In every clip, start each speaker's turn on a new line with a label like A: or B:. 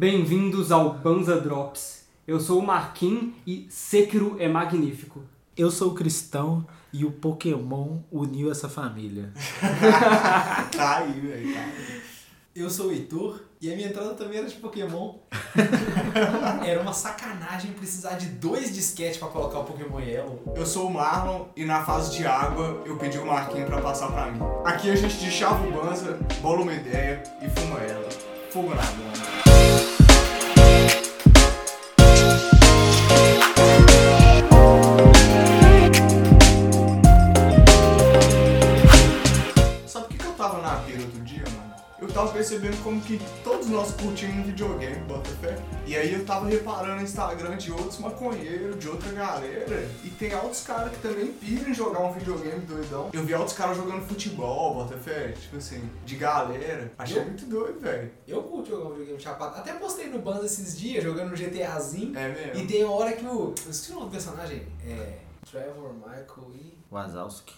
A: Bem-vindos ao Banza Drops. Eu sou o Marquinhos e Sekiro é magnífico.
B: Eu sou cristão e o Pokémon uniu essa família.
C: Tá aí, velho. Tá aí.
D: Eu sou o Heitor e a minha entrada também era de Pokémon. era uma sacanagem precisar de dois disquetes pra colocar o Pokémon Yellow.
C: Eu sou o Marlon e na fase de água eu pedi o Marquinho pra passar pra mim. Aqui a gente deixava o Banza, bola uma ideia e fuma ela. Fogo na mão. Sabe o que, que eu tava na pira outro dia, mano? Eu tava percebendo como que todos nós curtimos um videogame, bota fé. E aí eu tava reparando no Instagram de outros maconheiros, de outra galera. E tem altos caras que também piram em jogar um videogame doidão. Eu vi altos caras jogando futebol, bota fé. Tipo assim, de galera. Achei muito doido, velho.
D: Eu curto jogar um videogame chapado. Até postei no Banza esses dias, jogando no GTAzinho.
C: É
D: E
C: mesmo.
D: tem hora que o. Eu esqueci o nome do personagem. É. Trevor, Michael e.
B: Wazowski.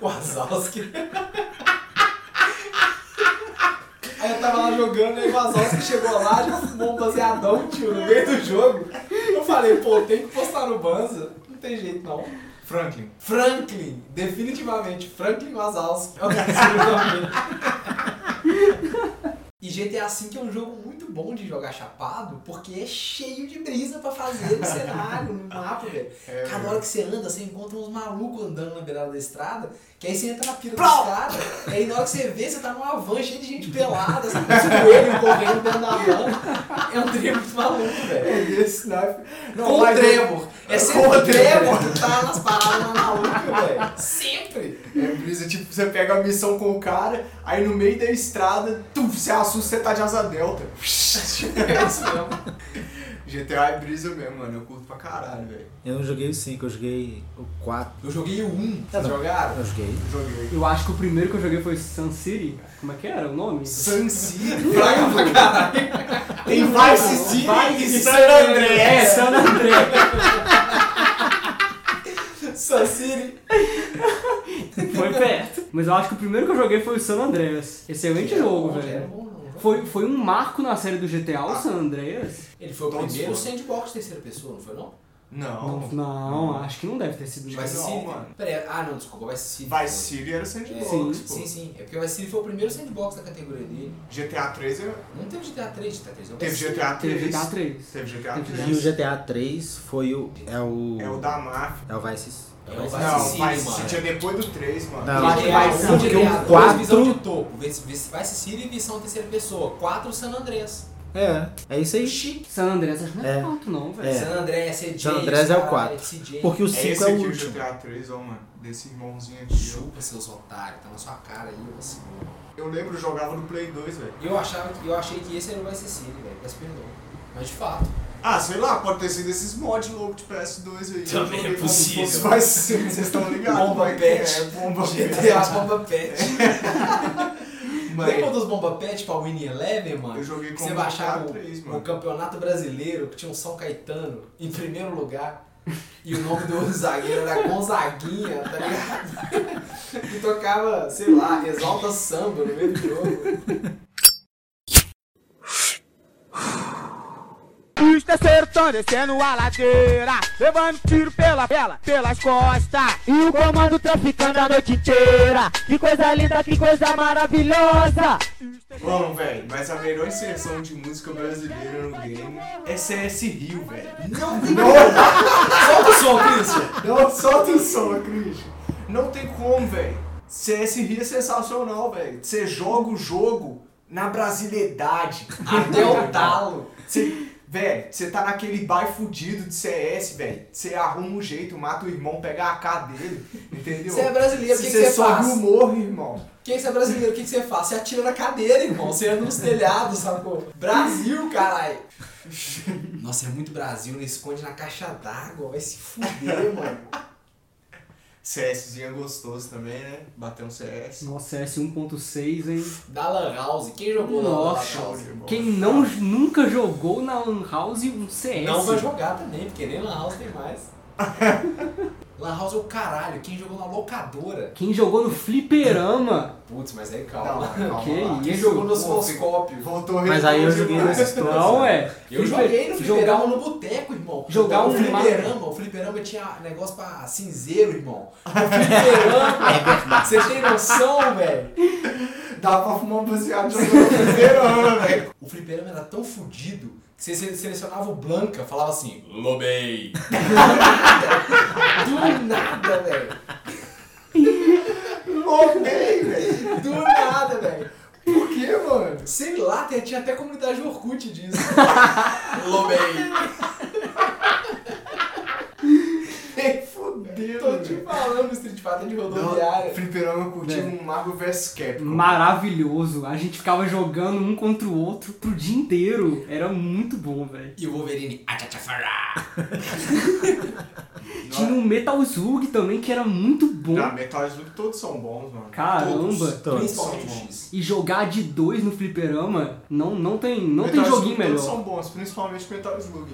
D: Wazowski. Aí eu tava lá jogando, aí o Wazowski chegou lá, já fumou um baseadão, tio, no meio do jogo. Eu falei, pô, tem que postar no Banza. Não tem jeito não.
C: Franklin.
D: Franklin, definitivamente, Franklin Wazowski. É o que E GTA V é um jogo muito bom de jogar chapado, porque é cheio de brisa pra fazer no cenário, no mapa, velho.
C: É,
D: Cada hora que você anda, você encontra uns malucos andando na beirada da estrada, que aí você entra na pira da
C: Plou!
D: estrada, e aí na hora que você vê, você tá numa van cheia de gente pelada, você tá com o joelho correndo dentro da van. É um trem muito maluco, velho.
C: É esse sniper.
D: com o Trevor. É sempre
C: Com o
D: o Trevor que tá nas paradas na maluca, velho. Sempre.
C: É brisa, tipo, você pega a missão com o cara, aí no meio da estrada, tu, você assusta, você tá de asa delta.
D: É isso mesmo.
C: GTA é brisa mesmo, mano. Eu curto pra caralho, velho.
B: Eu não joguei o 5, eu joguei o 4.
D: Eu joguei o 1. Vocês
B: Não.
D: jogaram?
B: Eu joguei.
C: um. Joguei.
A: Eu acho que o primeiro que eu joguei foi Sun City. Como é que era o nome?
C: San City.
D: Praga pra caralho.
C: Tem Vice City e San
A: É,
C: André.
A: San André.
D: Sassiri.
A: Foi perto. Mas eu acho que o primeiro que eu joguei foi o San Andreas.
B: É
C: é
D: é
A: Excelente jogo, velho.
D: né?
A: Foi, foi um marco na série do GTA, o San Andreas?
D: Ele foi o
C: Todos
D: primeiro
C: foram.
D: sandbox de terceira pessoa, não foi não?
A: Não,
C: Não.
A: não, acho que não deve ter sido.
C: Mas
D: Vice
C: não,
D: City.
C: mano.
D: Pera aí, ah não, desculpa, Vice City.
C: Vice City era Sandbox,
A: Sim,
C: pô.
D: Sim, sim. É porque o Vice City foi o primeiro sandbox da categoria dele.
C: GTA 3 é-
D: Não teve GTA 3, GTA 3 não.
C: teve
D: Vice
C: GTA
A: Teve
C: 3.
A: GTA 3.
C: Teve GTA
A: Teve
B: E o
C: 3.
B: GTA 3 foi o. É o.
C: É o da máfia.
B: É o Vice.
D: É o Vice
C: Não,
D: City,
C: Vice
D: mano.
C: City é depois do 3, mano.
B: Não.
D: City. GTA
B: Vice
D: um,
B: City,
D: GTA
B: porque o
D: dois,
B: quatro-
D: visão de topo. Vice Vice- Vice City, visão terceira pessoa. 4, San Andreas.
B: É. É isso aí.
D: Chique.
A: San Andreas acho que não é
B: É.
A: 4 não, velho.
B: É.
D: San Andreas, CJ.
B: San Andreas é o
D: cara,
B: quatro.
D: CJ.
B: Porque o
C: É
B: 5
C: esse
B: é, o
C: aqui, o
B: último.
C: GTA 3, ó, mano. Desse irmãozinho aqui, ó.
D: Chupa seus otários, tá na sua cara aí, você. é
C: Eu lembro, eu jogava no Play 2, velho.
D: Eu achava que eu achei que esse era o Vice City, né, velho. Peço perdão. Mas de fato.
C: Ah, sei lá, pode ter sido esses mods loucos de PS2 aí.
D: Também é
C: Eu joguei como se
D: possível.
C: fosse mais cedo, Vocês estão ligados?
D: Bomba
C: como é que é?
D: pet.
C: bomba
D: GTA
C: pet.
D: Bomba Pet. Lembra
C: Mano,
D: dos Bomba Pet pra Win Eleven, mano?
C: eu joguei
D: Que
C: com
D: você
C: GTA
D: baixava o,
C: 3,
D: o
C: mano.
D: campeonato brasileiro que tinha um São Caetano em primeiro lugar. E o nome do zagueiro era Gonzaguinha, tá ligado? E tocava, sei lá, exalta samba no meio do jogo.
E: Está sertão descendo a ladeira, levando tiro pela vela, pelas costas. E o comando traficando a noite inteira. Que coisa linda, que coisa maravilhosa.
C: Bom, velho, mas a melhor inserção de música brasileira no game é CS Rio, velho.
D: Não tem Solta o som, Christian!
C: Não, solta o som, Christian. Não tem como, velho. CS Rio é sensacional, velho. Você joga o jogo na brasileidade.
D: Até
C: é
D: o talo.
C: Cê, velho, você tá naquele bairro fudido de CS, velho. Você arruma um jeito, mata o irmão, pega a AK dele, entendeu?
D: Você é brasileiro, o
C: Se
D: que que
C: cê
D: você
C: sobe um
D: faz?
C: o morro, irmão.
D: Quem você é brasileiro, o que, que você faz? Você atira na cadeira, irmão. Você anda nos telhados, sacou? Brasil, caralho. Nossa, é muito Brasil, ele esconde na caixa d'água. Vai se fuder, mano.
C: CSzinho é gostoso também, né? Bater um CS.
A: Nossa, é S1.6, hein?
D: Da Lan House. Quem jogou na Lan
A: Nossa,
D: House?
C: irmão.
A: Quem não, nunca jogou na Lan House um CS?
D: Não vai jogar também, porque nem Lan House tem mais. Lan House é o caralho, quem jogou na locadora?
A: Quem jogou no fliperama?
D: Putz, mas aí
C: Não,
D: calma.
C: calma
A: que
C: lá.
D: Quem
A: isso?
D: jogou no
C: Pô,
D: Oscoscópio?
C: Voltou a
B: Mas aí eu
C: resposta,
B: joguei
C: mano.
B: nesse
A: Não, é.
D: Eu
A: Fliper-
D: joguei no fliperama um no boteco, irmão.
A: jogar
D: o
A: um mapa.
D: fliperama, o fliperama tinha negócio pra cinzeiro, irmão. O fliperama, você tem noção, velho?
C: Dá pra fumar um baseado jogando fliperama, velho.
D: O fliperama era tão fudido que você sele- selecionava o Blanca, falava assim, Lobei. Do nada, velho.
C: Lobei, velho.
D: Do nada, velho.
C: Por que, mano?
D: Sei lá, tem- tinha até comunidade no Orkut disso. Lobei.
C: Fudeu,
D: Tô te
C: velho.
D: falando, Street Fighter de
C: Não,
D: rodoviária.
C: Fliperama eu curti
A: Velho.
C: um Marvel vs Capcom.
A: Maravilhoso. A gente ficava jogando um contra o outro pro dia inteiro. Era muito bom, velho.
D: E o Wolverine, atchachafará.
A: Tinha um Metal Slug também que era muito bom.
C: Ah, Metal Slug todos são bons, mano.
A: Caramba.
B: Todos.
D: Principalmente o
C: são bons.
D: X.
A: E jogar de dois no fliperama não, não tem, não
C: Metal
A: tem joguinho
C: Slug todos
A: melhor.
C: são bons, principalmente Metal Slug.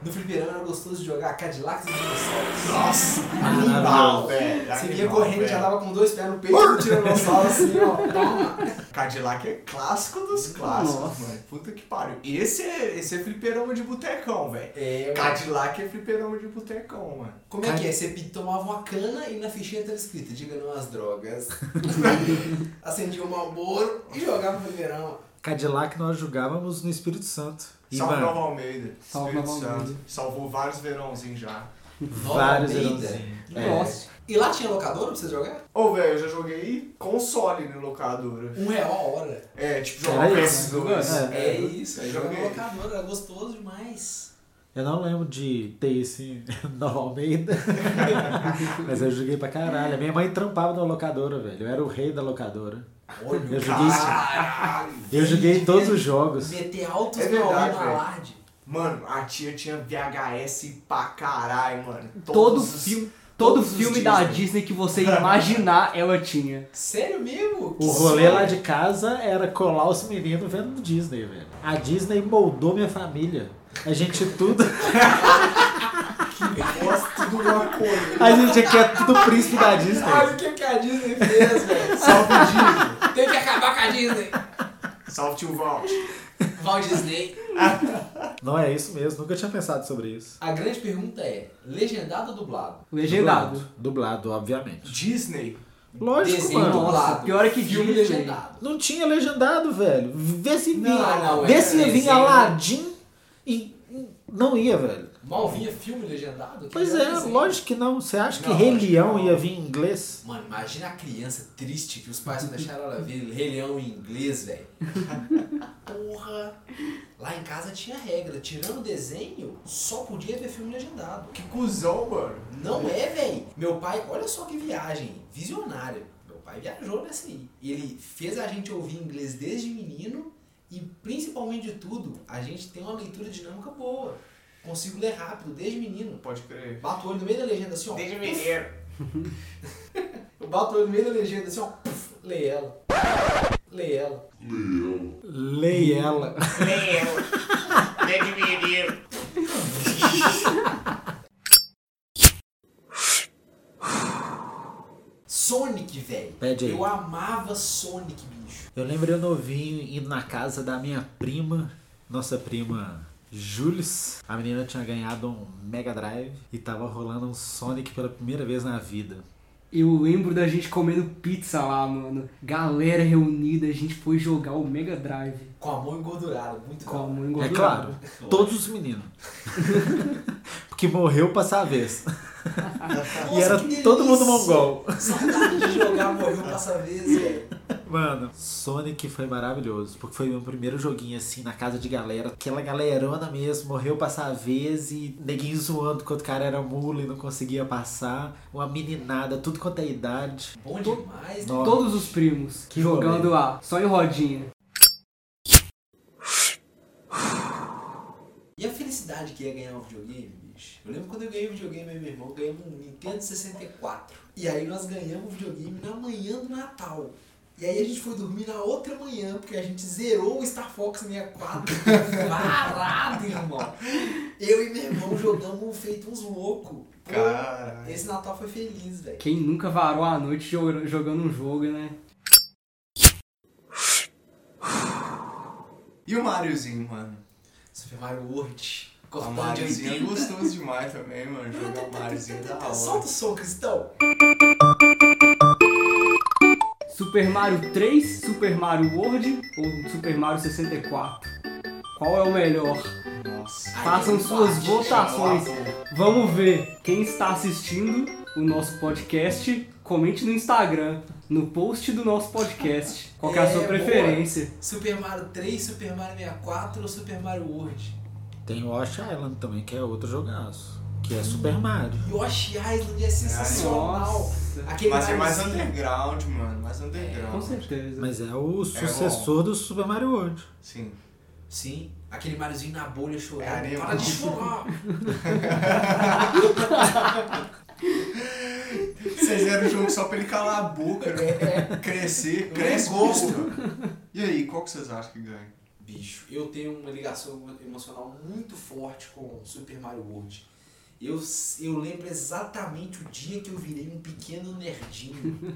D: No fliperama era gostoso de jogar Cadillacs e dinossauros.
C: Nossa,
B: animal,
C: Ah, velho.
D: Você
C: Animal,
D: vinha correndo
C: é
D: e já
C: velho.
D: tava com dois pés no peito do tiranossauro assim, ó. Toma.
C: Cadillac é clássico dos clássicos,
A: Nossa.
C: mano. Puta que pariu. Esse é, esse é fliperama de botecão, velho.
D: É, mano.
C: Cadillac é fliperama de botecão, mano.
D: Como é que é? Você pi- tomava uma cana e na fichinha tava escrito, diga não às drogas. Acendia um malboro e jogava fliperama.
B: Cadillac nós jogávamos no Espírito Santo. E,
C: Salve
B: mano,
C: Nova Almeida.
A: Salve
C: Espírito
A: Nova
C: Santo.
A: Almeida.
C: Salvou vários verãozinhos já.
D: Nova
B: vários
D: Almeida.
B: erãozinhos.
A: Nossa.
D: E lá tinha locadora pra você jogar?
C: Ô, velho, eu já joguei console no locadora.
D: Um real a hora.
C: É, tipo,
B: Era
C: jogar
B: isso,
C: PS2.
B: mano.
D: É, isso,
C: eu
D: aí jogava
C: joguei.
D: locadora, era gostoso demais.
B: Eu não lembro de ter esse Nova Almeida, mas eu joguei pra caralho. Minha mãe trampava na locadora, velho. Eu era o rei da locadora.
D: Olha,
B: Eu joguei isso.
D: caralho.
B: Eu joguei todos os jogos.
D: Meter altos
C: É
D: é
C: verdade,
D: na
C: velho.
D: alarde.
C: Mano, a tia tinha VHS pra caralho, mano.
A: Todo
C: os-
A: filme, todo
C: todos os
A: filme da
C: Disney.
A: Disney que você imaginar, ela tinha.
D: Sério mesmo? Que
B: O rolê lá
D: sonho.
B: de casa era colar os meninos vendo Disney, velho. A Disney moldou minha família. A gente tudo.
C: Nossa, tudo uma coisa.
B: A gente aqui é tudo príncipe da
D: Olha
B: Disney.
D: o que que a Disney fez, velho.
C: Salve, Disney.
D: Tem que acabar com a Disney.
C: Salve, tio Walt.
D: Walt Disney.
B: Não é isso mesmo, nunca tinha pensado sobre isso.
D: A grande pergunta é, legendado ou dublado?
A: Legendado.
B: Dublado, dublado obviamente.
C: Disney.
B: Lógico,
D: Desenho
B: mano.
D: dublado.
A: pior é que
D: filme
A: Disney.
D: legendado.
B: Não tinha legendado, velho. Vê se vinha.
D: Não, não, é
B: vê se
D: desenho.
B: vinha Aladdin e. Não ia, velho.
D: Mal vinha filme legendado? Que
B: Pois
D: era
B: é,
D: desenho.
B: lógico que não. Você acha que
D: Não,
B: Rei
D: lógico que
B: Leão
D: não.
B: ia vir em inglês?
D: Mano, imagina a criança triste que os pais não deixaram ela ver Rei Leão em inglês, velho. Porra! Lá em casa tinha regra, tirando o desenho, só podia ver filme legendado.
C: Que cuzão, mano.
D: Não é, velho. Meu pai, olha só que viagem, visionário. Meu pai viajou nessa aí. Ele fez a gente ouvir inglês desde menino e, principalmente de tudo, a gente tem uma leitura dinâmica boa. Consigo ler rápido desde menino.
C: Pode crer.
D: Bato o olho no meio da legenda assim, ó.
C: menino.
D: Eu bato o olho no meio da legenda assim, ó. Puf, lê ela. Lê ela.
B: Lei ela.
C: Desde menino.
D: Sonic, velho.
B: Pede aí.
D: Eu amava Sonic, bicho.
B: Eu lembro eu novinho indo na casa da minha prima, nossa prima Jules. A menina tinha ganhado um Mega Drive e tava rolando um Sonic pela primeira vez na vida.
A: Eu lembro da gente comendo pizza lá, mano. Galera reunida, a gente foi jogar o Mega Drive
D: Com a mão engordurada, muito
A: com a
D: bom.
A: mão
B: É
A: engordurada.
B: claro, todos os meninos. Porque morreu passar a vez.
D: Nossa,
B: E era
D: que
B: todo mundo
D: delícia.
B: mongol.
D: Saudade de jogar morreu passa vez, velho.
B: Mano, Sonic foi maravilhoso, porque foi meu primeiro joguinho assim na casa de galera. Aquela galerona mesmo, morreu passar a vez e neguinho zoando quando o cara era mula e não conseguia passar. Uma meninada, tudo quanto é idade.
D: Bom demais.
B: Nossa.
A: Todos os primos
B: Que
A: jogando lá, só em rodinha.
D: E a felicidade que é ganhar um videogame, bicho? Eu lembro quando eu ganhei um videogame, eu e meu irmão ganhamos um Nintendo 64. E aí nós ganhamos o videogame na manhã do Natal. E aí a gente foi dormir na outra manhã, porque a gente zerou o Star Fox 64 parado, irmão. Eu e meu irmão jogamos feito uns loucos.
C: Caralho.
D: Esse Natal foi feliz, velho.
A: Quem nunca varou a noite jo- jogando um jogo, né?
C: E o Mariozinho, mano?
D: Super Mario World.
C: O
D: Cortando de
C: Mariozinho é
D: 80.
C: gostoso demais também, mano. Jogar o Mariozinho é da
D: Solta
C: hora.
D: o som, Cristão.
A: Super Mario 3, Super Mario World ou Super Mario 64? Qual é o melhor?
C: Nossa.
A: Façam
D: Aí,
A: suas
D: empate.
A: votações. Vamos ver quem está assistindo o nosso podcast. Comente no Instagram, no post do nosso podcast. Qual que é a sua
D: É,
A: preferência?
D: Super Mario 3, Super Mario 64 ou Super Mario World?
B: Tem o Wash Island também, que é outro jogaço. Que é Super Mario.
D: Yoshi Island é sensacional.
A: Nossa.
D: Aquele
C: Mas é mais
D: Mariozinho.
C: underground, mano. Mais underground.
A: Com certeza.
B: Mas é o sucessor do Super Mario World.
C: Sim.
D: Sim, aquele Mariozinho na bolha
C: um- É
D: chorando.
C: areia,
D: Para
C: mano.
D: de chorar.
C: Vocês eram o jogo só pra ele calar a boca, né? Crescer, cresce gosto. E aí, qual que vocês acham que ganha?
D: Bicho, eu tenho uma ligação emocional muito forte com Super Mario World. Eu, eu lembro exatamente o dia que eu virei um pequeno nerdinho.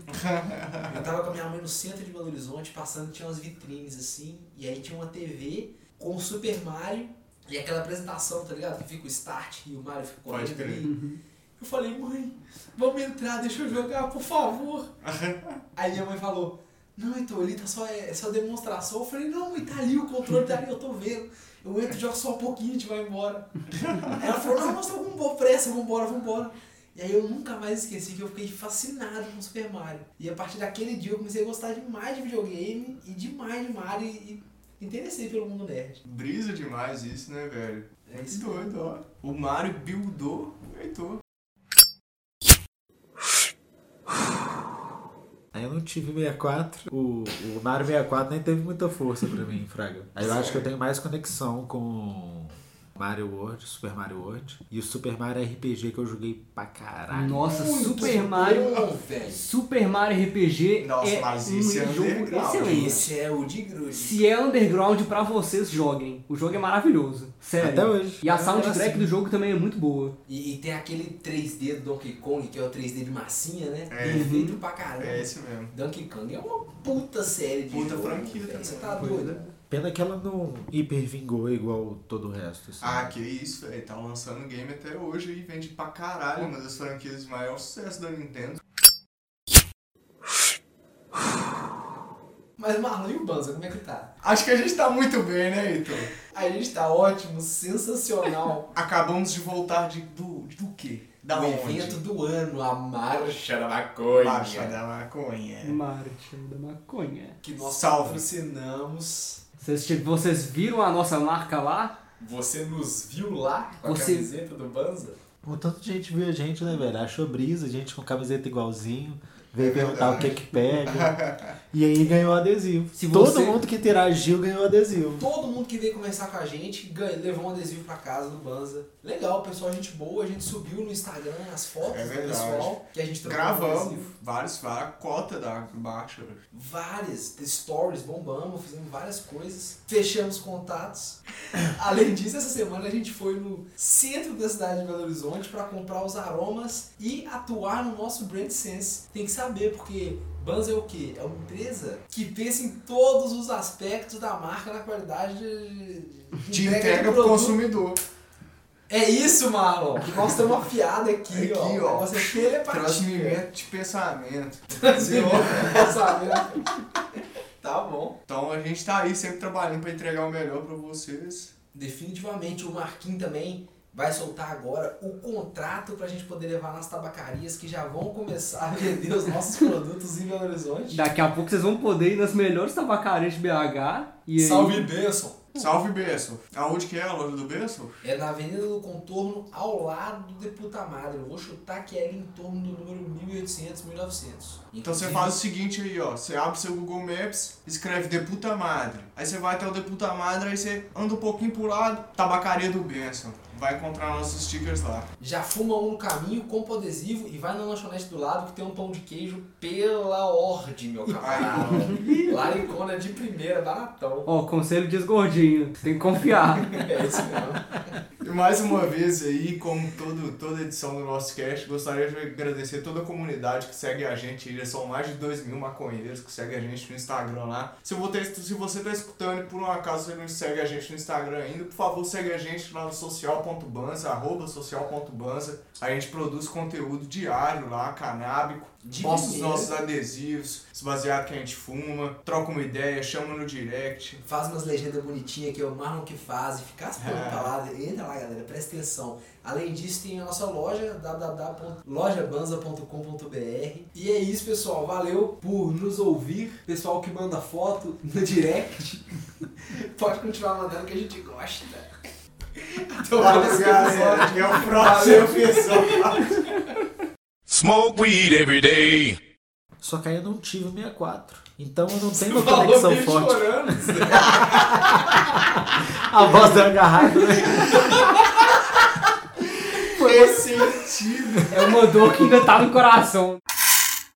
D: eu tava com a minha mãe no centro de Belo Horizonte, passando, tinha umas vitrines assim, e aí tinha uma TV com o Super Mario e aquela apresentação, tá ligado? Que fica o start e o Mario fica
C: Pode
D: correndo
C: crer.
D: ali. Eu falei, mãe, vamos entrar, deixa eu jogar, por favor. Aí minha mãe falou, não, então ali tá só, é, é só demonstração. Eu falei, não, mãe, tá ali, o controle tá ali, eu tô vendo. Eu entro, jogo só um pouquinho e a gente vai embora. Aí ela falou, não, nós estamos com boa pressa, vambora, vambora. E aí eu nunca mais esqueci que eu fiquei fascinado com Super Mario. E a partir daquele dia eu comecei a gostar demais de videogame e demais de Mario e, e interessei pelo mundo nerd.
C: Brisa demais isso, né, velho?
D: É
C: Que
D: isso.
C: doido, ó. O Mario buildou o Heitor.
B: Aí eu não tive 64. O, o Mario 64 nem teve muita força pra mim, Fraga. Aí eu acho que eu tenho mais conexão com Mario World, Super Mario World. E o Super Mario RPG que eu joguei pra caralho.
A: Nossa,
D: Muito
A: Super Mario.
D: bom, velho.
A: Super Mario RPG
C: Nossa,
A: é
C: mas
A: um
C: esse é
A: jogo
C: underground, né?
A: excelente.
D: Esse é o de grude.
A: Se é underground pra vocês, joguem. O jogo é maravilhoso. Sério.
B: Até hoje.
A: E a
D: Eu
A: soundtrack
D: assim.
A: do jogo também é muito boa.
D: E, e tem aquele 3D do Donkey Kong, que é o 3D de massinha, né?
C: É.
A: Uhum.
D: Perfeito pra caramba.
C: É esse mesmo.
D: Donkey Kong é uma puta série de
C: Puta
D: jogo,
C: franquia
D: velho. Você
C: também. é.
D: tá doido?
B: Pena que ela não hiper vingou igual todo o resto. assim.
C: Ah, que isso, velho. Tá lançando game até hoje e vende pra caralho uma das franquias de maior sucesso da Nintendo.
D: Mas Marlon e o Banza, como é que tá?
C: Acho que a gente tá muito bem, né, Heitor?
D: A gente tá ótimo, sensacional.
C: Acabamos de voltar de. do. do quê? Da
D: o
C: onde?
D: evento do ano, a Marcha da Maconha.
C: Baixa da maconha.
A: Marte da maconha.
D: Que nós
C: Salve.
D: patrocinamos.
A: Vocês, tive- vocês viram a nossa marca lá?
D: Você nos viu lá com
A: Você-
D: a camiseta do Banza?
B: Um tanto de gente viu a gente, né, velho? Achou brisa, gente com camiseta igualzinho. Veio
C: É
B: perguntar o que que pega. e aí ganhou adesivo.
A: Se
B: Todo
A: você-
B: mundo que interagiu ganhou adesivo.
D: Todo mundo que veio conversar com a gente ganha, levou um adesivo pra casa do Banza. Legal, pessoal, gente boa. A gente subiu no Instagram as fotos
C: É
D: do
C: verdade.
D: pessoal que a gente trocou um
C: Gravamos
D: adesivo.
C: vários, várias cota da baixa.
D: várias stories, bombamos, fizemos várias coisas, fechamos contatos. Além disso, essa semana a gente foi no centro da cidade de Belo Horizonte para comprar os aromas e atuar no nosso brand sense. Tem que saber porque Banza é o quê? É uma empresa que pensa em todos os aspectos da marca na qualidade de, de
C: Te
D: entrega de
C: entrega pro
D: produto.
C: consumidor.
D: É isso, Marlon. Nós estamos afiados aqui,
C: Aqui, ó.
D: ó. Você
C: É
D: telepatia.
C: Transmimento de pensamento.
D: Transmimento. né? Tá bom.
C: Então a gente tá aí sempre trabalhando pra entregar o melhor pra vocês.
D: Definitivamente o Marquinhos também vai soltar agora o contrato pra gente poder levar nas tabacarias que já vão começar a vender os nossos produtos em Belo Horizonte.
A: Daqui a pouco vocês vão poder ir nas melhores tabacarias de BH. E aí,
D: Salve Benson!
C: Salve Besso. Aonde que é a loja do Besso?
D: É na Avenida do Contorno, ao lado do Deputa Madre. Eu vou chutar que é ali em torno do número 1800, 1900.
C: Então você
D: Inclusive,
C: faz o seguinte aí, ó. Você abre seu Google Maps, escreve Deputa Madre. Aí você vai até o Deputa Madre, aí você anda um pouquinho pro lado, tabacaria do Benção. Vai comprar nossos stickers lá.
D: Já fuma um no caminho, compra o adesivo e vai na lanchonete do lado que tem um pão de queijo pela ordem, meu camarada. Laricona de primeira, baratão.
A: Ó, conselho diz gordinho, tem que confiar.
D: É isso mesmo.
C: E mais uma vez aí, como todo, toda edição do nosso cast, gostaria de agradecer toda a comunidade que segue a gente. Já são mais de 2 mil maconheiros que seguem a gente no Instagram lá. Se, vo- se você tá escutando e por um acaso você não segue a gente no Instagram ainda, por favor, segue a gente lá no social.banza, arroba social.banza. A gente produz conteúdo diário lá, canábico.
D: De
C: Posta os
D: primeira.
C: nossos adesivos, os baseados que a gente fuma, troca uma ideia, chama no direct.
D: Faz umas legendas bonitinhas que é o Marlon que faz e fica as pontas lá. Entra lá, galera, presta atenção. Além disso, tem a nossa loja, www.lojabanza.com.br. E é isso, pessoal. Valeu por nos ouvir. Pessoal que manda foto no direct, pode continuar mandando que a gente gosta. Até o
C: Valeu,
D: próximo episódio.
C: galera. Até o próximo episódio.
F: Smoke weed every day.
B: Só que aí eu não tive o 64. Então eu não tenho uma
D: Falou
B: conexão
D: meio
B: forte.
D: chorando.
B: A voz é da garrafa.
A: É uma dor que ainda tá no coração.